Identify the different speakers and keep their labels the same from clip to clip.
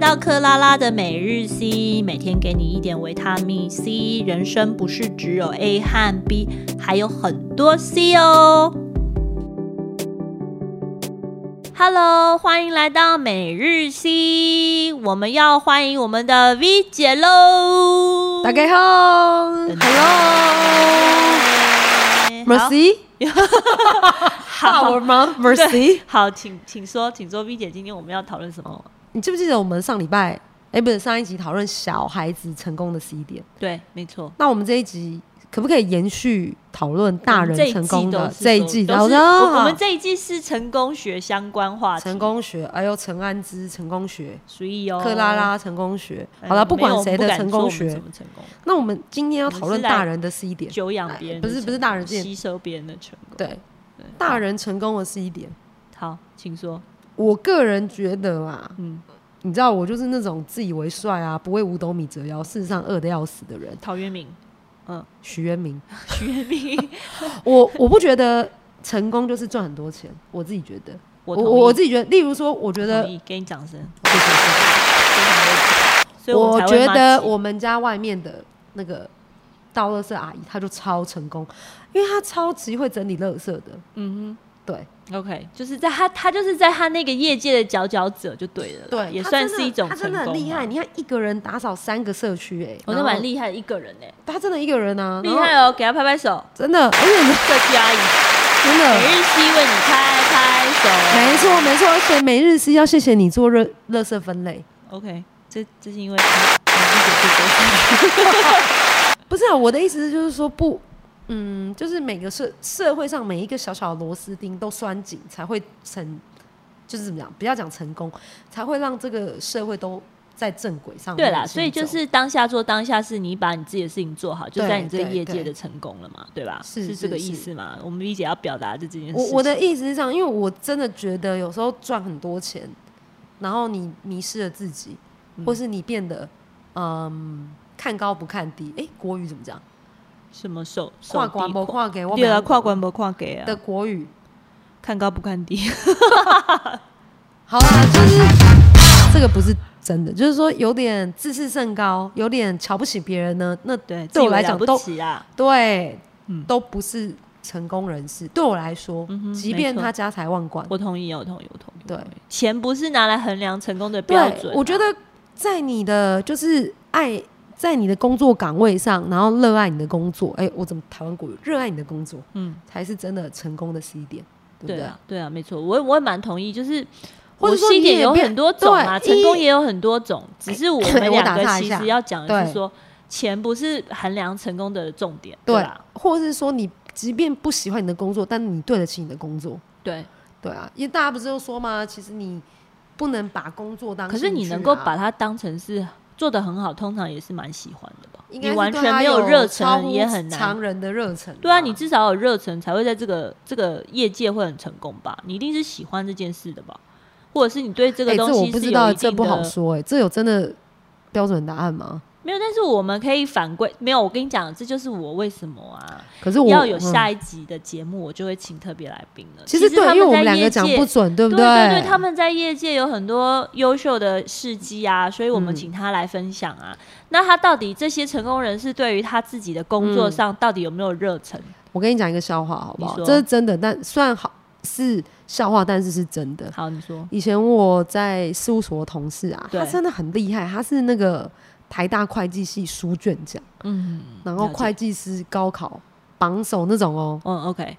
Speaker 1: 到克拉拉的每日 C，每天给你一点维他命 C。人生不是只有 A 和 B，还有很多 C 哦。Hello，欢迎来到每日 C，我们要欢迎我们的 V 姐喽。
Speaker 2: 大家好，Hello，Mercy，
Speaker 1: 好，
Speaker 2: 大
Speaker 1: 好
Speaker 2: 文吗？Mercy，
Speaker 1: 好，请请说，请说，V 姐，今天我们要讨论什么？
Speaker 2: 你记不记得我们上礼拜，哎，不是上一集讨论小孩子成功的 C 点？
Speaker 1: 对，没错。
Speaker 2: 那我们这一集可不可以延续讨论大人成功的
Speaker 1: 这
Speaker 2: 这
Speaker 1: 一
Speaker 2: 一
Speaker 1: 季
Speaker 2: 季？
Speaker 1: 都是都
Speaker 2: 好
Speaker 1: 是
Speaker 2: 的
Speaker 1: 我我们这一季是成功学相关话题，
Speaker 2: 哦成功学，哎呦，陈安之成功学，
Speaker 1: 所以哦，
Speaker 2: 克拉拉成功学。
Speaker 1: 哎，
Speaker 2: 好了，不
Speaker 1: 没
Speaker 2: 管
Speaker 1: 有
Speaker 2: 谁
Speaker 1: 不
Speaker 2: 的
Speaker 1: 敢
Speaker 2: 成
Speaker 1: 说我们
Speaker 2: 功学
Speaker 1: 怎，么成功，
Speaker 2: 那我们今天要讨
Speaker 1: 我们
Speaker 2: 论
Speaker 1: 是来
Speaker 2: 大人的 C 点，哎
Speaker 1: 久仰别人的
Speaker 2: 不
Speaker 1: 成
Speaker 2: 是
Speaker 1: 功，
Speaker 2: 不是大人这
Speaker 1: 吸收别人的成功。
Speaker 2: 对
Speaker 1: 对，
Speaker 2: 大人成功的 C 点。
Speaker 1: 好，请说。
Speaker 2: 我个人觉得啊，
Speaker 1: 嗯，
Speaker 2: 你知道我就是那种自以为帅啊，不为五斗米折腰，事实上饿得要死的人。
Speaker 1: 陶渊明，
Speaker 2: 许渊明，
Speaker 1: 徐渊 明，
Speaker 2: 我我不觉得成功就是赚很多钱，我自己觉得，
Speaker 1: 我
Speaker 2: 我
Speaker 1: 同意
Speaker 2: 我自己觉得，例如说，我觉得
Speaker 1: 同，意给你掌声，
Speaker 2: 谢谢谢
Speaker 1: 非常热情所
Speaker 2: 谢
Speaker 1: 以我
Speaker 2: 我
Speaker 1: 们才会
Speaker 2: 觉
Speaker 1: 骂
Speaker 2: 得
Speaker 1: 街
Speaker 2: 我们家外面的那个倒垃圾阿姨，她就超成功，因为她超级会整理垃圾的。
Speaker 1: 嗯
Speaker 2: 对
Speaker 1: 哼，OK，就是在他他就是在他那个业界的佼佼者就对了啦，
Speaker 2: 对，
Speaker 1: 也
Speaker 2: 她
Speaker 1: 算
Speaker 2: 真
Speaker 1: 是
Speaker 2: 的
Speaker 1: 一种
Speaker 2: 她
Speaker 1: 成
Speaker 2: 真
Speaker 1: 功
Speaker 2: 的
Speaker 1: 嘛。
Speaker 2: 很厉害。你看一个人打扫三个社区，哎，
Speaker 1: 我
Speaker 2: 然
Speaker 1: 那
Speaker 2: 后
Speaker 1: 蛮厉害的一个人呢，
Speaker 2: 她真的一个人啊，
Speaker 1: 厉害
Speaker 2: 啊，
Speaker 1: 哦，给他拍拍手，
Speaker 2: 真的，而且你
Speaker 1: 社区阿姨，
Speaker 2: 真的
Speaker 1: 每。日 C 为你拍拍
Speaker 2: 没错，没错，而且每日是要谢谢你做热垃圾分类。
Speaker 1: 手，OK，这这是因为他他自己做
Speaker 2: 不是啊，我的意思就是说不，嗯，就是每个社社会上每一个小小的螺丝钉都拴紧，才会成，就是怎么样，不要讲成功，才会让这个社会都在正轨上
Speaker 1: 对
Speaker 2: 面行走。
Speaker 1: 啦，所以就是当下做当下，是你把你自己的事情做好，就
Speaker 2: 对
Speaker 1: 在你这个
Speaker 2: 对
Speaker 1: 业界
Speaker 2: 对
Speaker 1: 的成功了嘛，对吧？
Speaker 2: 是
Speaker 1: 这
Speaker 2: 是
Speaker 1: 个意
Speaker 2: 是
Speaker 1: 思嘛？我们理解要表达的这件事情。
Speaker 2: 我我的意思是这样，因为我真的觉得有时候赚很多钱，然后你迷失了自己，
Speaker 1: 嗯
Speaker 2: 或是你变得嗯看高不看低，诶，国语怎么讲？
Speaker 1: 什么手手
Speaker 2: 跨
Speaker 1: 递
Speaker 2: 管不跨给我
Speaker 1: 对啊，
Speaker 2: 们
Speaker 1: 跨管不跨给啊
Speaker 2: 的，国语。
Speaker 1: 看高不看低。
Speaker 2: 好啦，就是这个不是真的，就是说有点自视甚高，有点瞧不起别人呢。那
Speaker 1: 对，自
Speaker 2: 对
Speaker 1: 以
Speaker 2: 我
Speaker 1: 为
Speaker 2: 来
Speaker 1: 了
Speaker 2: 讲
Speaker 1: 不
Speaker 2: 都
Speaker 1: 起啊，
Speaker 2: 对，
Speaker 1: 嗯
Speaker 2: 都不是成功人士。对我来说，
Speaker 1: 嗯哼
Speaker 2: 即便
Speaker 1: 没错
Speaker 2: 他家财万贯，
Speaker 1: 我同意，我同意，我同意。
Speaker 2: 对
Speaker 1: 我同意，钱不是拿来衡量成功的
Speaker 2: 对
Speaker 1: 标准啊。
Speaker 2: 我觉得在你的就是爱，在你的工作岗位上，然后热爱你的工作。哎、我怎么台湾国语？热爱你的工作
Speaker 1: 嗯，
Speaker 2: 才是真的成功的 C 点，对不
Speaker 1: 对
Speaker 2: 对？
Speaker 1: 啊，对啊，没错，我我也蛮同意，就是。
Speaker 2: 或者
Speaker 1: 我
Speaker 2: 说
Speaker 1: 西
Speaker 2: 你
Speaker 1: 点
Speaker 2: 也
Speaker 1: 有
Speaker 2: 不要
Speaker 1: 很多种啊，
Speaker 2: 对
Speaker 1: 成功
Speaker 2: 一
Speaker 1: 也有很多种，只是我们
Speaker 2: 我
Speaker 1: 两
Speaker 2: 打
Speaker 1: 个
Speaker 2: 岔一
Speaker 1: 其
Speaker 2: 下
Speaker 1: 实要讲的是
Speaker 2: 对
Speaker 1: 说，钱不是衡量成功的重点，
Speaker 2: 对，
Speaker 1: 吧？
Speaker 2: 或者是说你即便不喜欢你的工作，但你对得起你的工作。
Speaker 1: 对，
Speaker 2: 对啊，因为大家不是都说吗？其实你不能把工作当、啊
Speaker 1: 可是你能够把，它当成是做的很好，通常也是蛮喜欢的吧？
Speaker 2: 应
Speaker 1: 你
Speaker 2: 该是
Speaker 1: 完
Speaker 2: 对
Speaker 1: 全
Speaker 2: 它
Speaker 1: 没
Speaker 2: 有
Speaker 1: 热
Speaker 2: 超
Speaker 1: 忱
Speaker 2: 乎
Speaker 1: 也很难
Speaker 2: 常人的热忱。
Speaker 1: 对啊，你至少有热忱才会在这个这个业界会很成功吧？你一定是喜欢这件事的吧？或者是你对这
Speaker 2: 哎
Speaker 1: 个
Speaker 2: 这
Speaker 1: 东
Speaker 2: 这我
Speaker 1: 西
Speaker 2: 不
Speaker 1: 是
Speaker 2: 知
Speaker 1: 有
Speaker 2: 道，
Speaker 1: 一定的、
Speaker 2: 这不好说哎、这有真的标准答案吗？
Speaker 1: 没有，但是我们可以反归没有。我跟你讲，这就是我为什么啊
Speaker 2: 可是我
Speaker 1: 要有
Speaker 2: 嗯
Speaker 1: 下一集的节目，我就会请特别来宾了。
Speaker 2: 其实对，
Speaker 1: 他
Speaker 2: 因为我
Speaker 1: 在
Speaker 2: 们两
Speaker 1: 业
Speaker 2: 个讲
Speaker 1: 界
Speaker 2: 不准，对不
Speaker 1: 对对
Speaker 2: 对
Speaker 1: 他们在业界有很多优秀的事迹啊，所以我们
Speaker 2: 嗯
Speaker 1: 请他来分享啊。那他到底这些成功人士对于他自己的工作
Speaker 2: 嗯
Speaker 1: 上到底有没有热忱？
Speaker 2: 我跟你讲一个笑话好不好
Speaker 1: 你？说
Speaker 2: 这是真的，但虽然好是笑话，但是是真的。
Speaker 1: 好，你说
Speaker 2: 以前我在事务所的同事啊，
Speaker 1: 对
Speaker 2: 他真的很厉害，他是那个台大会计系书卷奖，
Speaker 1: 嗯
Speaker 2: 然后
Speaker 1: 了解
Speaker 2: 会计师高考榜首那种哦、
Speaker 1: 嗯，OK，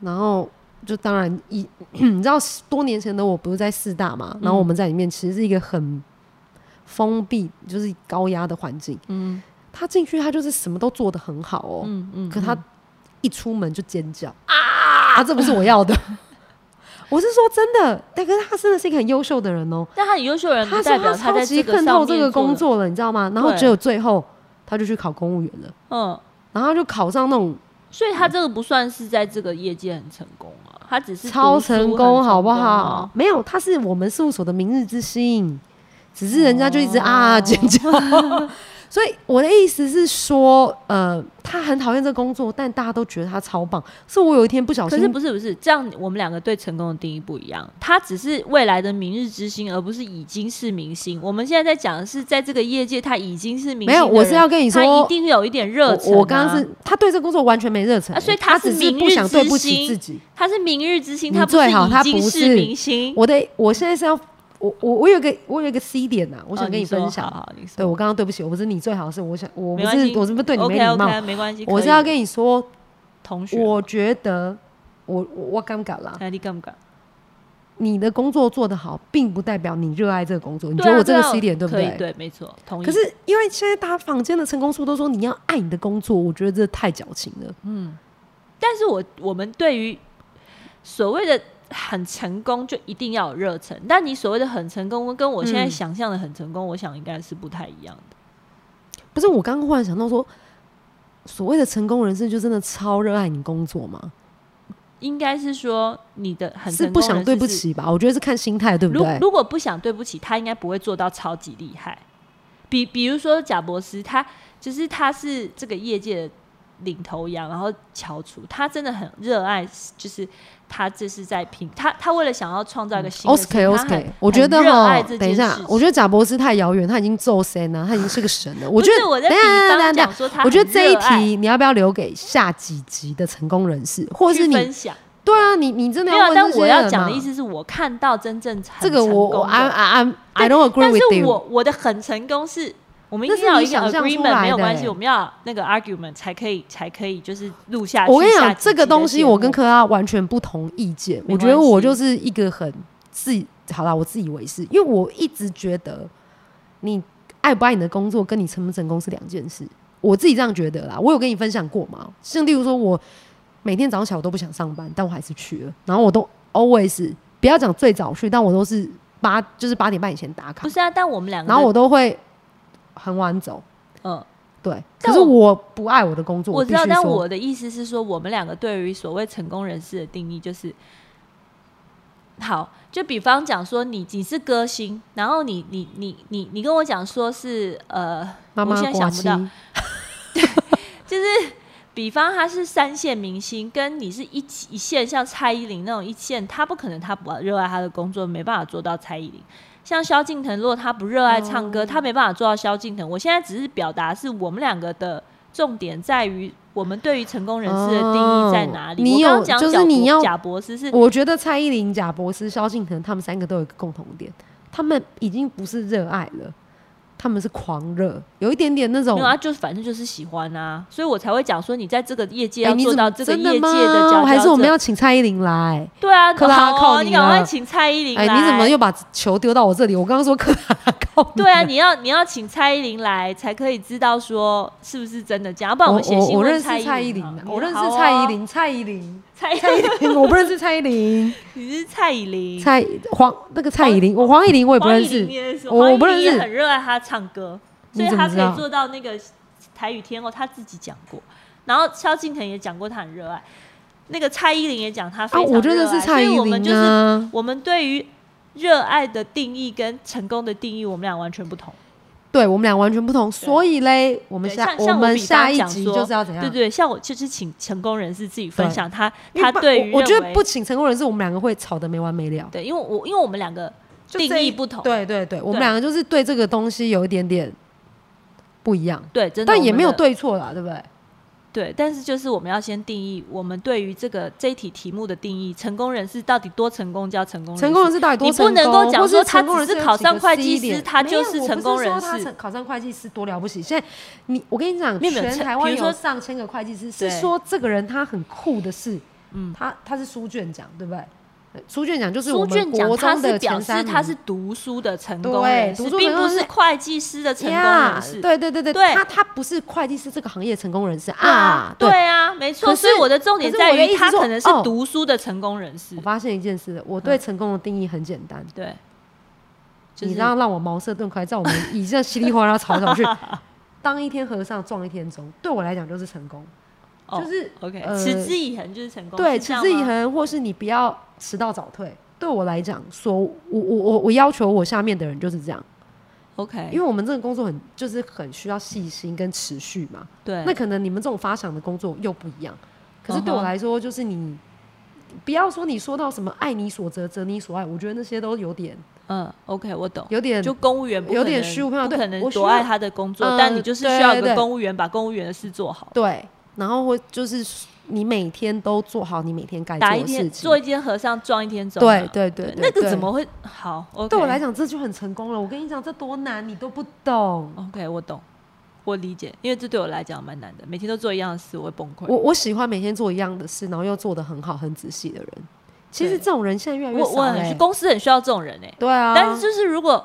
Speaker 2: 然后就当然一， 你知道多年前的我不是在四大
Speaker 1: 嗯
Speaker 2: 嘛，然后我们在里面其实是一个很封闭，就是高压的环境。
Speaker 1: 嗯
Speaker 2: 他进去，他就是什么都做得很好哦、
Speaker 1: 嗯嗯，
Speaker 2: 可他一出门就尖叫啊，这不是我要的。我是说真的，但可是他真的是一个很优秀的人哦、
Speaker 1: 但他很优秀的人，
Speaker 2: 他
Speaker 1: 不
Speaker 2: 说
Speaker 1: 代表
Speaker 2: 他
Speaker 1: 他
Speaker 2: 超
Speaker 1: 在
Speaker 2: 级
Speaker 1: 这个
Speaker 2: 看
Speaker 1: 上
Speaker 2: 透
Speaker 1: 面
Speaker 2: 这个工
Speaker 1: 做
Speaker 2: 作了，你知道吗？然后
Speaker 1: 对
Speaker 2: 只有最后他就去考公务员了，
Speaker 1: 的，嗯，
Speaker 2: 然后他就考上那种
Speaker 1: 所以他这个不算是在这个业界很成功啊，他只是
Speaker 2: 超
Speaker 1: 读书很
Speaker 2: 成
Speaker 1: 成功
Speaker 2: 功，
Speaker 1: 啊
Speaker 2: 好不好？？没有，他是我们事务所的明日之星，只是人家就一直啊
Speaker 1: 哦
Speaker 2: 尖叫， 所以我的意思是说，呃，他很讨厌这工作，但大家都觉得他超棒。是我有一天不小
Speaker 1: 可
Speaker 2: 心，
Speaker 1: 是不是不是这样，我们两个对成功的定义不一样。他只是未来的明日之星，而不是已经是明星。我们现在在讲的是，在这个业界他已经是明星的
Speaker 2: 没
Speaker 1: 人，
Speaker 2: 有，我是要跟你说，
Speaker 1: 他一定有一点热忱啊、
Speaker 2: 我我刚刚是他对这工作完全没热忱、
Speaker 1: 啊所以
Speaker 2: 他
Speaker 1: 他
Speaker 2: 只
Speaker 1: 是
Speaker 2: 是
Speaker 1: 明
Speaker 2: 不
Speaker 1: 日
Speaker 2: 想对
Speaker 1: 之
Speaker 2: 不起
Speaker 1: 星
Speaker 2: 自己。
Speaker 1: 他是明日之星，
Speaker 2: 你
Speaker 1: 他
Speaker 2: 最好他
Speaker 1: 不是已
Speaker 2: 不
Speaker 1: 经
Speaker 2: 是
Speaker 1: 是明星。
Speaker 2: 我的我现在是要我我我有一个我有一个 C 点呐、我想跟
Speaker 1: 哦你
Speaker 2: 分
Speaker 1: 说
Speaker 2: 享。
Speaker 1: 好好，你
Speaker 2: 对
Speaker 1: 说
Speaker 2: 我刚刚对不起，我不是你最好，是我想我不
Speaker 1: 没关
Speaker 2: 是
Speaker 1: 系
Speaker 2: 我是不是对你没礼
Speaker 1: OK
Speaker 2: 貌
Speaker 1: OK，没关系。
Speaker 2: 我
Speaker 1: 可
Speaker 2: 是
Speaker 1: 以
Speaker 2: 要跟你说，
Speaker 1: 同学，
Speaker 2: 我觉得我我我尴尬啦。
Speaker 1: 哎，你敢不敢？
Speaker 2: 你的工作做得好，并不代表你热爱这个工作。你觉
Speaker 1: 对
Speaker 2: 得
Speaker 1: 啊
Speaker 2: 我这个
Speaker 1: 对啊
Speaker 2: C 点对不
Speaker 1: 可以
Speaker 2: 对？
Speaker 1: 对，没错，同意。啊
Speaker 2: 可是因为现在大家坊间的成功书都说你要爱你的工作，我觉得这太矫情了。
Speaker 1: 但是我我们对于所谓的很成功，就一定要有热忱。但你所谓的很成功，跟我现在
Speaker 2: 嗯
Speaker 1: 想象的很成功，我想应该是不太一样的。
Speaker 2: 不是我刚刚忽然想到说，所谓的成功人士就真的超热爱你工作吗？
Speaker 1: 应该是说你的很成
Speaker 2: 是
Speaker 1: 功
Speaker 2: 不想
Speaker 1: 人
Speaker 2: 对不
Speaker 1: 是
Speaker 2: 起吧？我觉得是看心态，对不
Speaker 1: 如
Speaker 2: 对？
Speaker 1: 如果不想对不起，他应该不会做到超级厉害。比比如说贾博斯，他就是他是这个业界的领头羊，然后翘楚，他真的很热爱，就是他这是在拼，他他为了想要创造一个新的事情
Speaker 2: 哦 OK
Speaker 1: 他很
Speaker 2: OK，我觉得哦
Speaker 1: 很热爱
Speaker 2: 哈
Speaker 1: 这，件
Speaker 2: 等一下
Speaker 1: 事，情
Speaker 2: 我觉得贾博士太遥远，他已经宙斯了，他已经是个神了。我
Speaker 1: 不
Speaker 2: 觉
Speaker 1: 是
Speaker 2: 得，
Speaker 1: 我在
Speaker 2: 等一下
Speaker 1: 比
Speaker 2: 等一下
Speaker 1: 方
Speaker 2: 等一
Speaker 1: 讲
Speaker 2: 下，
Speaker 1: 说他很热爱，
Speaker 2: 我觉得这一题你要不要留给下几集的成功人士，或者
Speaker 1: 去
Speaker 2: 是你
Speaker 1: 分享
Speaker 2: 对啊，你你真的
Speaker 1: 没
Speaker 2: 要
Speaker 1: 有，
Speaker 2: 问
Speaker 1: 但
Speaker 2: 这些
Speaker 1: 我要
Speaker 2: 人
Speaker 1: 讲的
Speaker 2: 嘛
Speaker 1: 意思是我看到真正很
Speaker 2: 这个
Speaker 1: 成
Speaker 2: 我
Speaker 1: 功
Speaker 2: 我
Speaker 1: 的
Speaker 2: I I I'm- I don't agree
Speaker 1: 但
Speaker 2: with
Speaker 1: 是
Speaker 2: you。
Speaker 1: 我我的很成功是，我们一
Speaker 2: 那
Speaker 1: 定
Speaker 2: 是
Speaker 1: 要有
Speaker 2: 你
Speaker 1: 一个
Speaker 2: 想象出
Speaker 1: agreement，
Speaker 2: 来
Speaker 1: 没有
Speaker 2: 的
Speaker 1: 关
Speaker 2: 欸
Speaker 1: 系，我们要那个 argument 才可以才可以就是录下去。
Speaker 2: 我跟你
Speaker 1: 下
Speaker 2: 讲，
Speaker 1: 几
Speaker 2: 这
Speaker 1: 集的
Speaker 2: 个东西
Speaker 1: 节
Speaker 2: 我跟
Speaker 1: 目
Speaker 2: 科拉完全不同意见。
Speaker 1: 没
Speaker 2: 我觉得我
Speaker 1: 关系
Speaker 2: 就是一个很自好啦，我自以为是，因为我一直觉得你爱不爱你的工作跟你成不成功是两件事。我自己这样觉得啦，我有跟你分享过嘛？像例如说，我每天早上起来我都不想上班，但我还是去了，然后我都 always 不要讲最早去，但我都是八就是八点半以前打卡
Speaker 1: 不，是啊，但我们两个的，
Speaker 2: 然后我都会很晚走。
Speaker 1: 嗯，
Speaker 2: 对，可
Speaker 1: 但
Speaker 2: 是
Speaker 1: 我
Speaker 2: 我不爱我的工作，
Speaker 1: 我
Speaker 2: 必
Speaker 1: 知道，
Speaker 2: 须
Speaker 1: 但
Speaker 2: 说
Speaker 1: 我的意思是说，我们两个对于所谓成功人士的定义就是，好，就比方讲说你你是歌星，然后你你你你你跟我讲说是呃，
Speaker 2: 妈妈
Speaker 1: 我现在想
Speaker 2: 寡
Speaker 1: 不到
Speaker 2: 妻
Speaker 1: 就是比方他是三线明星，跟你是一起一线，像蔡依林那种一线，他不可能他不热爱他的工作，没办法做到蔡依林。像萧敬腾，如果他不热
Speaker 2: 哦
Speaker 1: 爱唱歌，他没办法做到萧敬腾。我现在只是表达是我们两个的重点在于我们对于成功人士的定义在哪里。
Speaker 2: 哦你
Speaker 1: 我
Speaker 2: 有
Speaker 1: 刚刚讲
Speaker 2: 就是
Speaker 1: 贾博
Speaker 2: 你要
Speaker 1: 贾博士是
Speaker 2: 我觉得蔡依林、贾博士、萧敬腾他们三个都有一个共同点，他们已经不是热爱了，他们是狂热，有一点点那种
Speaker 1: 没有。啊，就是反正就是喜欢啊，所以我才会讲说你在这个业界
Speaker 2: 哎、
Speaker 1: 要
Speaker 2: 你
Speaker 1: 做
Speaker 2: 怎
Speaker 1: 到
Speaker 2: 么
Speaker 1: 这个
Speaker 2: 真
Speaker 1: 业
Speaker 2: 的
Speaker 1: 界
Speaker 2: 吗？
Speaker 1: 的佼佼者。
Speaker 2: 还是我们要请蔡依林来？
Speaker 1: 对啊，
Speaker 2: 克拉
Speaker 1: 好
Speaker 2: 靠
Speaker 1: 哦，
Speaker 2: 你
Speaker 1: 你赶快
Speaker 2: 了
Speaker 1: 请蔡依林
Speaker 2: 哎、
Speaker 1: 来。啊
Speaker 2: 你怎么又把球丢到我这里？我刚刚说克拉靠 你
Speaker 1: 对啊，
Speaker 2: 了
Speaker 1: 你要你要请蔡依林来，才可以知道说是不是真的这样。要不然
Speaker 2: 我
Speaker 1: 们写信
Speaker 2: 我认
Speaker 1: 问
Speaker 2: 识蔡依林
Speaker 1: 好
Speaker 2: 啊，
Speaker 1: 了
Speaker 2: 我认识
Speaker 1: 好哦
Speaker 2: 蔡依林，蔡依林，
Speaker 1: 蔡依
Speaker 2: 蔡依林，我不认识蔡依林，
Speaker 1: 你是蔡依林，
Speaker 2: 蔡黄那个蔡依林，我黄依林我也不
Speaker 1: 黄
Speaker 2: 认
Speaker 1: 依
Speaker 2: 识
Speaker 1: 林，也是，
Speaker 2: 我
Speaker 1: 黄
Speaker 2: 我不
Speaker 1: 依
Speaker 2: 认
Speaker 1: 林也
Speaker 2: 识
Speaker 1: 很热爱她唱歌，所
Speaker 2: 你
Speaker 1: 以
Speaker 2: 怎
Speaker 1: 她
Speaker 2: 么
Speaker 1: 可
Speaker 2: 知道
Speaker 1: 以做到那个台语天后，她自己讲过。然后萧敬腾也讲过，他很热爱。那个蔡依林也讲她非常
Speaker 2: 啊，
Speaker 1: 热爱，
Speaker 2: 我真的是蔡
Speaker 1: 所以
Speaker 2: 依
Speaker 1: 我们
Speaker 2: 林
Speaker 1: 就是
Speaker 2: 啊。
Speaker 1: 我们对于热爱的定义跟成功的定义，我们俩完全不同。
Speaker 2: 对我们俩完全不同，所以嘞，我们
Speaker 1: 对
Speaker 2: 下
Speaker 1: 像像我
Speaker 2: 们
Speaker 1: 比
Speaker 2: 下
Speaker 1: 方
Speaker 2: 一
Speaker 1: 讲
Speaker 2: 集
Speaker 1: 说
Speaker 2: 就是要怎样？
Speaker 1: 对对，像我就是请成功人士自己分
Speaker 2: 对
Speaker 1: 享他
Speaker 2: 因
Speaker 1: 他
Speaker 2: 为
Speaker 1: 对于
Speaker 2: 我我觉
Speaker 1: 认
Speaker 2: 得
Speaker 1: 为
Speaker 2: 不请成功人士，我们两个会吵得没完没了，
Speaker 1: 对，因为我因为我们两个
Speaker 2: 就
Speaker 1: 定
Speaker 2: 这
Speaker 1: 义
Speaker 2: 一
Speaker 1: 不同，
Speaker 2: 对对对，我们两个就是对这个东西有一点点不一样，
Speaker 1: 对，真的，
Speaker 2: 但也
Speaker 1: 我们
Speaker 2: 没有
Speaker 1: 的
Speaker 2: 对错啦，对不对？
Speaker 1: 对，但是就是我们要先定义我们对于这个这一题题目的定义，成功人士到底多成功叫成功人士？
Speaker 2: 成功人士到底多
Speaker 1: 你
Speaker 2: 成
Speaker 1: 不
Speaker 2: 功？
Speaker 1: 能够讲
Speaker 2: 或是
Speaker 1: 说他
Speaker 2: 成功人
Speaker 1: 只
Speaker 2: 士
Speaker 1: 是
Speaker 2: 有
Speaker 1: 考
Speaker 2: 几个
Speaker 1: 上会
Speaker 2: C
Speaker 1: 计师，
Speaker 2: 点
Speaker 1: 他
Speaker 2: 没
Speaker 1: 就
Speaker 2: 有
Speaker 1: 是
Speaker 2: 我
Speaker 1: 成
Speaker 2: 不
Speaker 1: 功人
Speaker 2: 说他
Speaker 1: 士
Speaker 2: 成考上会计师多了不起，现在你我跟你讲，
Speaker 1: 没有没有
Speaker 2: 全
Speaker 1: 成
Speaker 2: 台湾
Speaker 1: 比如说
Speaker 2: 有上千个会计师，是
Speaker 1: 对
Speaker 2: 说这个人他很酷的是，
Speaker 1: 嗯
Speaker 2: 他他是书卷奖，对不对？呃书卷奖就是我
Speaker 1: 书
Speaker 2: 们
Speaker 1: 卷奖
Speaker 2: 国
Speaker 1: 他
Speaker 2: 中的
Speaker 1: 是
Speaker 2: 前
Speaker 1: 表
Speaker 2: 三
Speaker 1: 示
Speaker 2: 名
Speaker 1: 他是读书的成功
Speaker 2: 对
Speaker 1: 人
Speaker 2: 读
Speaker 1: 士，
Speaker 2: 书
Speaker 1: 并
Speaker 2: 成
Speaker 1: 不
Speaker 2: 功人
Speaker 1: 是
Speaker 2: 士
Speaker 1: 会计师的成功人
Speaker 2: Yeah，
Speaker 1: 士。
Speaker 2: 对对对对，
Speaker 1: 对
Speaker 2: 他他不是会计师这个行业成功人士
Speaker 1: 对啊
Speaker 2: 啊，，
Speaker 1: 对。啊，没错。
Speaker 2: 可
Speaker 1: 所以
Speaker 2: 是
Speaker 1: 我的重点
Speaker 2: 可是我
Speaker 1: 在
Speaker 2: 的
Speaker 1: 于
Speaker 2: 意思
Speaker 1: 他
Speaker 2: 说
Speaker 1: 可能是
Speaker 2: 哦
Speaker 1: 读书的成功人士
Speaker 2: 我。发现一件事，
Speaker 1: 嗯
Speaker 2: 我对成功的定义很简单，
Speaker 1: 对，
Speaker 2: 你让让我茅塞顿开，在我们以这样稀里哗啦吵来 吵去，当一天和尚撞一天钟，对我来讲就是成功，
Speaker 1: 哦
Speaker 2: 就是、
Speaker 1: OK，
Speaker 2: 呃
Speaker 1: 持之以恒就是成功。
Speaker 2: 对
Speaker 1: 是
Speaker 2: 持
Speaker 1: 这样
Speaker 2: 之以
Speaker 1: 吗，
Speaker 2: 恒，或是你不要迟到早退。对我来讲，说我我我我要求我下面的人就是这样，
Speaker 1: OK，
Speaker 2: 因为我们这个工作很就是很需要细心跟持续嘛。
Speaker 1: 对，
Speaker 2: 那可能你们这种发想的工作又不一样。可是对
Speaker 1: 嗯
Speaker 2: 我
Speaker 1: 哼
Speaker 2: 来说，就是你不要说你说到什么爱你所择，择你所爱，我觉得那些都有点
Speaker 1: 嗯，OK，我懂。
Speaker 2: 有点
Speaker 1: 就公务员不
Speaker 2: 有
Speaker 1: 可
Speaker 2: 点
Speaker 1: 能
Speaker 2: 虚无缥缈
Speaker 1: 不
Speaker 2: 对
Speaker 1: 可能
Speaker 2: 我需
Speaker 1: 多爱
Speaker 2: 要
Speaker 1: 他的工作，
Speaker 2: 嗯
Speaker 1: 但你就是
Speaker 2: 对
Speaker 1: 需要一
Speaker 2: 对
Speaker 1: 个
Speaker 2: 对
Speaker 1: 公务员把公务员的事做好，
Speaker 2: 对。然后会就是你每天都做好你每天该
Speaker 1: 打一
Speaker 2: 做的
Speaker 1: 天
Speaker 2: 事情。
Speaker 1: 做一天和尚撞一天钟
Speaker 2: 对
Speaker 1: 嘛。
Speaker 2: 对对，对
Speaker 1: 那个
Speaker 2: 对
Speaker 1: 怎么会好？OK？
Speaker 2: 对我来讲这就很成功了。我跟你讲，这多难你都不懂。
Speaker 1: ，OK，我懂，我理解，因为这对我来讲蛮难的，每天都做一样的事，我会崩溃。
Speaker 2: 我我喜欢每天做一样的事，然后又做得很好、很仔细的人。其实
Speaker 1: 对
Speaker 2: 这种人现在越来越
Speaker 1: 我
Speaker 2: 少
Speaker 1: 我
Speaker 2: 了、
Speaker 1: 很需
Speaker 2: 欸。
Speaker 1: 公司很需要这种人哎，
Speaker 2: 对啊，
Speaker 1: 但是就是如果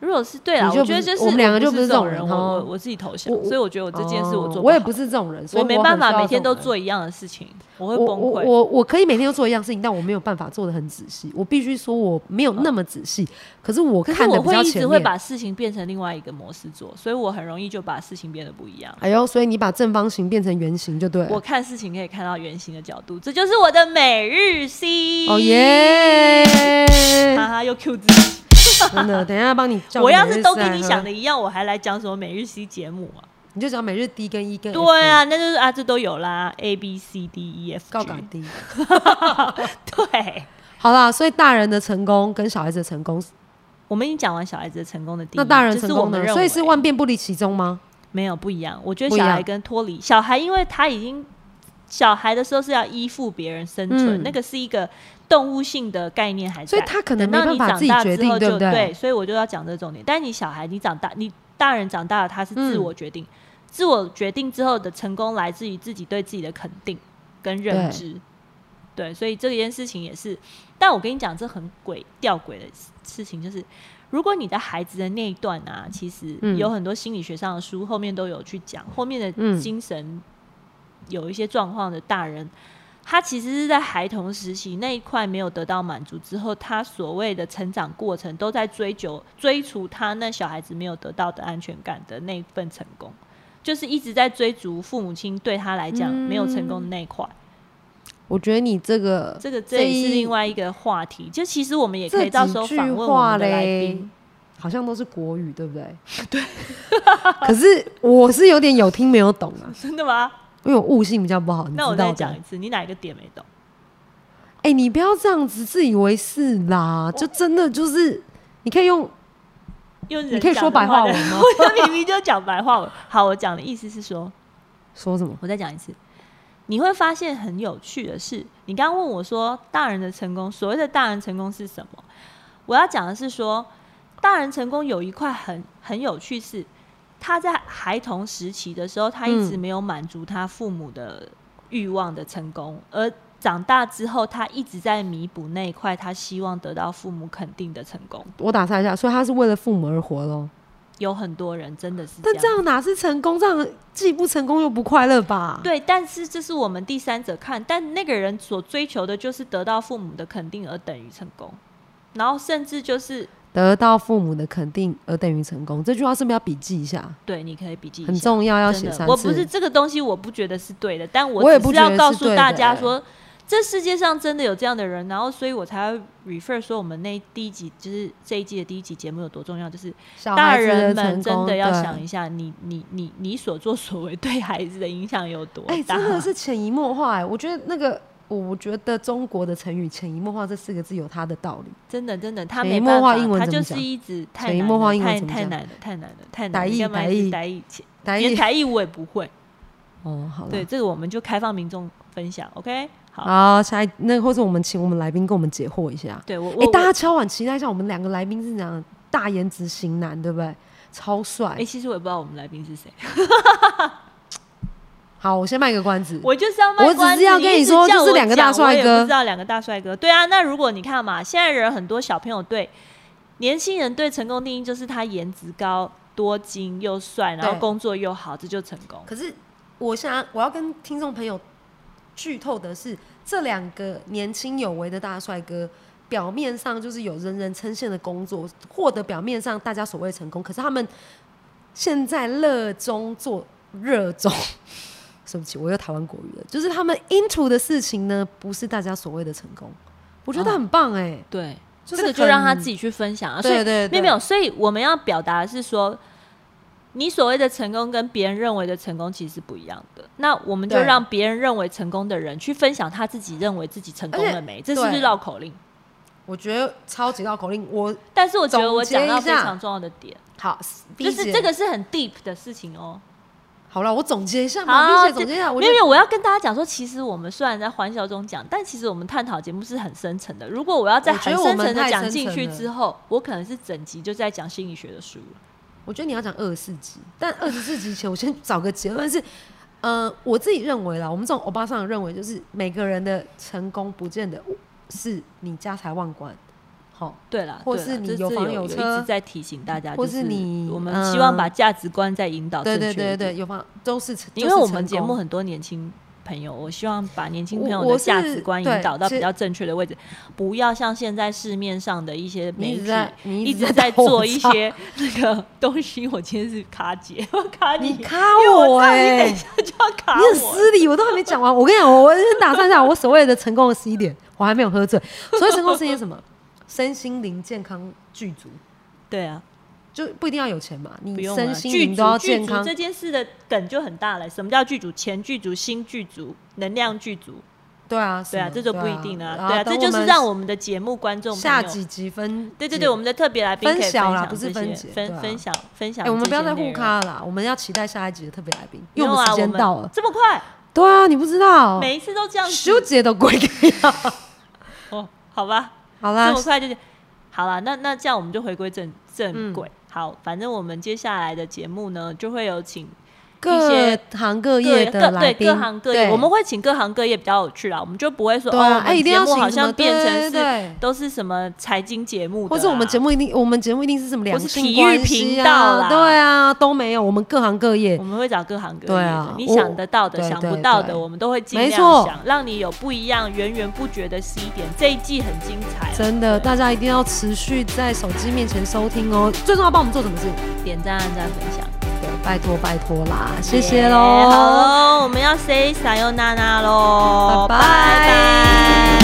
Speaker 1: 如果是对啦，
Speaker 2: 你就
Speaker 1: 我
Speaker 2: 不
Speaker 1: 觉得
Speaker 2: 是
Speaker 1: 就是
Speaker 2: 我们两个就不
Speaker 1: 不是
Speaker 2: 是
Speaker 1: 这
Speaker 2: 这
Speaker 1: 种
Speaker 2: 种人
Speaker 1: 我
Speaker 2: 哦
Speaker 1: 我我自己投降
Speaker 2: 我，我
Speaker 1: 所以我觉得我这件事我做
Speaker 2: 哦我也
Speaker 1: 好
Speaker 2: 不，是这种人，所以
Speaker 1: 我没办
Speaker 2: 很需
Speaker 1: 法
Speaker 2: 要
Speaker 1: 每天
Speaker 2: 这
Speaker 1: 都
Speaker 2: 种人
Speaker 1: 做一样的事情，我会
Speaker 2: 我
Speaker 1: 崩
Speaker 2: 我
Speaker 1: 溃。
Speaker 2: 我我可以每天都做一样事情，但我没有办法做的很仔细。我必须说我没有那么仔细，可是我
Speaker 1: 可是
Speaker 2: 看的
Speaker 1: 我
Speaker 2: 比
Speaker 1: 会
Speaker 2: 较
Speaker 1: 一
Speaker 2: 前
Speaker 1: 直会
Speaker 2: 面。
Speaker 1: 把事情变成另外一个模式做，所以我很容易就把事情变得不一样。
Speaker 2: 哎呦，所以你把正方形变成圆形就对
Speaker 1: 我
Speaker 2: 了。
Speaker 1: 看事情可以看到圆形的角度，这就是我的每日 C。
Speaker 2: 哦！耶！
Speaker 1: 哈哈，又 Q 自己。
Speaker 2: 真 的，等一下帮你叫。
Speaker 1: 我要是都跟你想
Speaker 2: 的，
Speaker 1: 的一样，我还来讲什么每日 C 节目啊？
Speaker 2: 你就讲每日 D 跟 E 跟 F
Speaker 1: 对，啊，那就是啊，这都有啦，A B C D E F
Speaker 2: 告
Speaker 1: G
Speaker 2: 感 D。
Speaker 1: 对，
Speaker 2: 好啦，所以大人的成功跟小孩子的成功，
Speaker 1: 我们已经讲完小孩子的成功的定义，
Speaker 2: 那大人
Speaker 1: 这
Speaker 2: 成
Speaker 1: 是我
Speaker 2: 功
Speaker 1: 们
Speaker 2: 呢？
Speaker 1: 认
Speaker 2: 所以是
Speaker 1: 为
Speaker 2: 万变不离其宗吗？
Speaker 1: 没有不一样。我觉得
Speaker 2: 不一
Speaker 1: 小
Speaker 2: 样
Speaker 1: 孩跟脱离小孩，因为他已经小孩的时候是要依附别人生存，
Speaker 2: 嗯
Speaker 1: 那个是一个动物性的概念还在，
Speaker 2: 所以他可能
Speaker 1: 等
Speaker 2: 没
Speaker 1: 到
Speaker 2: 办
Speaker 1: 你
Speaker 2: 法
Speaker 1: 长
Speaker 2: 自己
Speaker 1: 大
Speaker 2: 决
Speaker 1: 之后
Speaker 2: 定，对
Speaker 1: 就
Speaker 2: 不对？
Speaker 1: 所以我就要讲这个重点。但你小孩，你长大，你大人长大了，他是自
Speaker 2: 嗯
Speaker 1: 我决定，自我决定之后的成功来自于自己对自己的肯定跟认
Speaker 2: 对
Speaker 1: 知。对，所以这件事情也是，但我跟你讲，这很鬼吊诡的事情，就是如果你的孩子的那一段啊，其实
Speaker 2: 嗯
Speaker 1: 有很多心理学上的书后面都有去讲，后面的
Speaker 2: 嗯
Speaker 1: 精神有一些状况的大人，他其实是在孩童时期那一块没有得到满足之后，他所谓的成长过程都在追求追逐他那小孩子没有得到的安全感的那一份成功，就是一直在追逐父母亲对他来讲没有成功的那一块。
Speaker 2: 嗯我觉得你这个
Speaker 1: 这个这也
Speaker 2: 这
Speaker 1: 是
Speaker 2: 一
Speaker 1: 另外一个话题，就其实我们也可
Speaker 2: 这
Speaker 1: 以到时候
Speaker 2: 几句
Speaker 1: 访问我
Speaker 2: 话
Speaker 1: 们的来
Speaker 2: 嘞
Speaker 1: 宾。，
Speaker 2: 好像都是国语，对不对？ 对。可是我是有点有听没有懂啊，
Speaker 1: 真的吗？
Speaker 2: 因为我悟性比较不好，你
Speaker 1: 那我
Speaker 2: 知
Speaker 1: 再
Speaker 2: 道
Speaker 1: 讲一
Speaker 2: 的。
Speaker 1: 次，你哪一个点没懂？
Speaker 2: 哎、你不要这样子自以为是啦，就真的就是，你可以用，
Speaker 1: 因为人
Speaker 2: 你可以
Speaker 1: 讲
Speaker 2: 说
Speaker 1: 的
Speaker 2: 白话
Speaker 1: 的
Speaker 2: 文吗？
Speaker 1: 我明明就讲白话文。好，我讲的意思是说，
Speaker 2: 说什么？
Speaker 1: 我再讲一次。你会发现很有趣的是，你刚刚问我说，大人的成功，所谓的大人成功是什么？我要讲的是说，大人成功有一块很很有趣是，他在孩童时期的时候，他一直
Speaker 2: 嗯
Speaker 1: 没有满足他父母的欲望的成功，而长大之后，他一直在弥补那一块他希望得到父母肯定的成功。
Speaker 2: 我打岔一下，所以他是为了父母而活咯。
Speaker 1: 有很多人真的是这
Speaker 2: 但
Speaker 1: 样
Speaker 2: 这
Speaker 1: 子。
Speaker 2: 样哪是成功？这样既不成功又不快乐吧？
Speaker 1: 对，但是这是我们第三者看，但那个人所追求的就是得到父母的肯定而等于成功，然后甚至就是
Speaker 2: 得到父母的肯定而等于成功，这句话是不是要笔记一下？
Speaker 1: 对，你可以笔记一
Speaker 2: 很
Speaker 1: 下，
Speaker 2: 重要，要
Speaker 1: 真
Speaker 2: 写
Speaker 1: 的
Speaker 2: 三次。
Speaker 1: 我不是这个东西，我不觉得是对的，但
Speaker 2: 我也
Speaker 1: 只
Speaker 2: 不
Speaker 1: 是
Speaker 2: 觉
Speaker 1: 要
Speaker 2: 得
Speaker 1: 告
Speaker 2: 是
Speaker 1: 诉
Speaker 2: 对
Speaker 1: 大
Speaker 2: 的欸
Speaker 1: 家说，这世界上真的有这样的人，然后所以我才会 refer 说我们那第一集就是这一季的第一集节目有多重要，就是
Speaker 2: 小
Speaker 1: 大
Speaker 2: 孩子
Speaker 1: 人
Speaker 2: 成
Speaker 1: 们真
Speaker 2: 功
Speaker 1: 的要
Speaker 2: 对
Speaker 1: 想一下，你你你你所作所为对孩子的影响有多
Speaker 2: 哎、
Speaker 1: 大。
Speaker 2: 真的是潜移默化哎、我觉得那个，我我觉得中国的成语“潜移默化”这四个字有它的道理。
Speaker 1: 真的真的，他
Speaker 2: 潜
Speaker 1: 没
Speaker 2: 移默
Speaker 1: 办
Speaker 2: 化
Speaker 1: 法，
Speaker 2: 英文
Speaker 1: 他
Speaker 2: 怎
Speaker 1: 就
Speaker 2: 么
Speaker 1: 是
Speaker 2: 讲
Speaker 1: 一直太
Speaker 2: 潜移
Speaker 1: 难
Speaker 2: 默
Speaker 1: 了
Speaker 2: 化英文
Speaker 1: 太
Speaker 2: 怎么
Speaker 1: 太
Speaker 2: 讲
Speaker 1: 难了，太难了，太难了。
Speaker 2: 台
Speaker 1: 你
Speaker 2: 译
Speaker 1: 干嘛
Speaker 2: 台
Speaker 1: 一直
Speaker 2: 译
Speaker 1: 台译切，
Speaker 2: 台
Speaker 1: 连
Speaker 2: 语
Speaker 1: 台译我也不会。
Speaker 2: 哦，好了，
Speaker 1: 对，这个我们就开放民众分享，OK？好，
Speaker 2: 好，下一那或者我们请我们来宾跟我们解惑一下。
Speaker 1: 对我
Speaker 2: 哎、
Speaker 1: 我
Speaker 2: 大
Speaker 1: 我
Speaker 2: 家敲碗期待一下，我们两个来宾是讲大颜值型男，对不对？超帅。
Speaker 1: 哎，其实我也不知道我们来宾是谁，
Speaker 2: 好，我先卖个关子。
Speaker 1: 我就是要卖
Speaker 2: 我只
Speaker 1: 关
Speaker 2: 是
Speaker 1: 子
Speaker 2: 要
Speaker 1: 你
Speaker 2: 跟
Speaker 1: 一
Speaker 2: 你
Speaker 1: 直
Speaker 2: 说
Speaker 1: 叫
Speaker 2: 就是
Speaker 1: 我
Speaker 2: 两个
Speaker 1: 讲
Speaker 2: 大帅
Speaker 1: 我也不
Speaker 2: 哥
Speaker 1: 知道两个大帅哥。对啊，那如果你看嘛，现在人很多小朋友对年轻人对成功定义就是他颜值高、多金又帅，然后
Speaker 2: 对
Speaker 1: 工作又好，这就成功。
Speaker 2: 可是我想要我要跟听众朋友剧透的是，这两个年轻有为的大帅哥，表面上就是有人人称羡的工作，获得表面上大家所谓成功，可是他们现在热衷做热衷。 对不起，我又台湾国语了。就是他们 into 的事情呢，不是大家所谓的成功，我觉得
Speaker 1: 哦
Speaker 2: 很棒哎、
Speaker 1: 对，
Speaker 2: 就
Speaker 1: 这
Speaker 2: 是
Speaker 1: 个就让他
Speaker 2: 很
Speaker 1: 自己去分享啊。所以
Speaker 2: 对对
Speaker 1: 没
Speaker 2: 对，
Speaker 1: 有没有，所以我们要表达的是说，你所谓的成功跟别人认为的成功其实是不一样的。那我们就
Speaker 2: 对
Speaker 1: 让别人认为成功的人去分享他自己认为自己成功
Speaker 2: 而且
Speaker 1: 了没，这是不是
Speaker 2: 对
Speaker 1: 绕口令？
Speaker 2: 我觉得超级绕口令。我
Speaker 1: 但是我觉得我
Speaker 2: 总
Speaker 1: 讲
Speaker 2: 结
Speaker 1: 到
Speaker 2: 一
Speaker 1: 非
Speaker 2: 下
Speaker 1: 常重要的点，
Speaker 2: 好，
Speaker 1: 就
Speaker 2: B
Speaker 1: 是
Speaker 2: 姐
Speaker 1: 这个是很 deep 的事情哦。
Speaker 2: 好了，我总结一下
Speaker 1: 好
Speaker 2: 嘛，并且
Speaker 1: 这
Speaker 2: 总结一下，我
Speaker 1: 没
Speaker 2: 觉
Speaker 1: 有
Speaker 2: 得
Speaker 1: 没有，我要跟大家讲说，其实我们虽然在欢笑中讲，但其实我们探讨节目是很深层的。如果我要在
Speaker 2: 我觉
Speaker 1: 很
Speaker 2: 得
Speaker 1: 深
Speaker 2: 我
Speaker 1: 层
Speaker 2: 们
Speaker 1: 的
Speaker 2: 太
Speaker 1: 讲
Speaker 2: 深
Speaker 1: 进
Speaker 2: 层
Speaker 1: 去
Speaker 2: 了
Speaker 1: 之后，我可能是整集就在讲心理学的书了。
Speaker 2: 我觉得你要讲二十四集，但二十四集前我先找个结论是，呃，我自己认为啦，我们这种欧巴桑认为就是每个人的成功不见得是你家财万贯，好、
Speaker 1: 对啦，
Speaker 2: 或
Speaker 1: 对啦
Speaker 2: 是你
Speaker 1: 这
Speaker 2: 有
Speaker 1: 这
Speaker 2: 房
Speaker 1: 有
Speaker 2: 有
Speaker 1: 一
Speaker 2: 车
Speaker 1: 直在提醒大家，
Speaker 2: 或
Speaker 1: 就是
Speaker 2: 你
Speaker 1: 我们希望
Speaker 2: 嗯
Speaker 1: 把价值观再引导
Speaker 2: 对
Speaker 1: 哦正
Speaker 2: 对
Speaker 1: 确一
Speaker 2: 对对，
Speaker 1: 点，
Speaker 2: 有方都是成，
Speaker 1: 因
Speaker 2: 就
Speaker 1: 为
Speaker 2: 是
Speaker 1: 我
Speaker 2: 成
Speaker 1: 们节目
Speaker 2: 功
Speaker 1: 很多年轻朋友，我希望把年轻
Speaker 2: 我
Speaker 1: 朋友
Speaker 2: 我
Speaker 1: 的价
Speaker 2: 是
Speaker 1: 值观
Speaker 2: 对
Speaker 1: 引导到
Speaker 2: 其
Speaker 1: 比
Speaker 2: 实
Speaker 1: 较正确的位置，不要像现在市面上的一些
Speaker 2: 你
Speaker 1: 媒
Speaker 2: 一直
Speaker 1: 体。
Speaker 2: 在你
Speaker 1: 一直
Speaker 2: 直
Speaker 1: 在
Speaker 2: 打我
Speaker 1: 做一
Speaker 2: 岔
Speaker 1: 些那个东西，我今天是卡姐，我卡
Speaker 2: 你
Speaker 1: 你，
Speaker 2: 卡
Speaker 1: 因为
Speaker 2: 我
Speaker 1: 我知道你
Speaker 2: 哎、
Speaker 1: 等一下就要卡
Speaker 2: 你很
Speaker 1: 我，
Speaker 2: 失礼，我都还没讲完。我跟你讲，我先打算一下，我所谓的成功的十一点，我还没有喝醉。所谓成功是一点什么？身心灵健康具足，
Speaker 1: 对啊，
Speaker 2: 就不一定要有钱嘛，
Speaker 1: 不
Speaker 2: 你
Speaker 1: 用啊
Speaker 2: 身
Speaker 1: 了。
Speaker 2: 心
Speaker 1: 剧
Speaker 2: 灵
Speaker 1: 组
Speaker 2: 都要
Speaker 1: 剧
Speaker 2: 健
Speaker 1: 组
Speaker 2: 康
Speaker 1: 这。件事的梗就很大了，什么叫剧组？前剧组、新剧组、能量剧组，
Speaker 2: 对啊，
Speaker 1: 对啊，
Speaker 2: 什么
Speaker 1: 这就不一定了、对
Speaker 2: 然后
Speaker 1: 啊，
Speaker 2: 等
Speaker 1: 这就
Speaker 2: 我
Speaker 1: 是
Speaker 2: 们
Speaker 1: 让我们的节目观众朋友
Speaker 2: 下几集分。
Speaker 1: 对对对，我们的特别来宾可以
Speaker 2: 分享啦
Speaker 1: 分
Speaker 2: 不是
Speaker 1: 这些
Speaker 2: 分解
Speaker 1: 分、
Speaker 2: 对啊
Speaker 1: 分享分享这些
Speaker 2: 哎、
Speaker 1: 内容。
Speaker 2: 我们不要再互咖了啦，我们要期待下一集的特别来宾，
Speaker 1: 啊没
Speaker 2: 因
Speaker 1: 有
Speaker 2: 为我们
Speaker 1: 啊，
Speaker 2: 时
Speaker 1: 我
Speaker 2: 间
Speaker 1: 们
Speaker 2: 到了。
Speaker 1: 这么快，
Speaker 2: 对啊，你不知道，
Speaker 1: 每一次都这样子
Speaker 2: 修姐都归给你了。
Speaker 1: 哦，好吧，
Speaker 2: 好啊
Speaker 1: 这
Speaker 2: 啦
Speaker 1: 么，快就是好了。那那这样我们就回归正正
Speaker 2: 嗯
Speaker 1: 轨。好，反正我们接下来的节目呢，就会有请
Speaker 2: 各行各
Speaker 1: 各
Speaker 2: 业的
Speaker 1: 各
Speaker 2: 来
Speaker 1: 对
Speaker 2: 宾，
Speaker 1: 各行各业，
Speaker 2: 对
Speaker 1: 我们会请各行各业比较有趣啦。我们就不会说
Speaker 2: 对
Speaker 1: 哦，
Speaker 2: 啊，
Speaker 1: 我
Speaker 2: 哎，一
Speaker 1: 们
Speaker 2: 定
Speaker 1: 节
Speaker 2: 要
Speaker 1: 目
Speaker 2: 请
Speaker 1: 好
Speaker 2: 什么
Speaker 1: 像变
Speaker 2: 对
Speaker 1: 成
Speaker 2: 对
Speaker 1: 是
Speaker 2: 对
Speaker 1: 都是什么财经节目的啊啦，
Speaker 2: 或者我们节目一定，我们节目一定是什么两
Speaker 1: 或是
Speaker 2: 性
Speaker 1: 体育
Speaker 2: 关系
Speaker 1: 频
Speaker 2: 啊
Speaker 1: 道啦
Speaker 2: 对啊，都没有，我们各行各业
Speaker 1: 我，们会找各行各业
Speaker 2: 对
Speaker 1: 的，
Speaker 2: 啊
Speaker 1: 你
Speaker 2: 我
Speaker 1: 想得到的、
Speaker 2: 对
Speaker 1: 想
Speaker 2: 对
Speaker 1: 不到的，
Speaker 2: 对
Speaker 1: 我们都会尽
Speaker 2: 没
Speaker 1: 量
Speaker 2: 错
Speaker 1: 想，让你有不一样、源源不绝的 C 点。这一季很精彩啊，
Speaker 2: 真的，
Speaker 1: 对
Speaker 2: 大家一定要持续在手机面前收听哦。最重要，帮我们做什么事？
Speaker 1: 点赞、按赞、分享，
Speaker 2: 对，拜托拜托啦，谢谢
Speaker 1: 耶好
Speaker 2: 喽。
Speaker 1: 咯，我们要 say 撒 a 娜娜喽，
Speaker 2: 拜拜
Speaker 1: 拜拜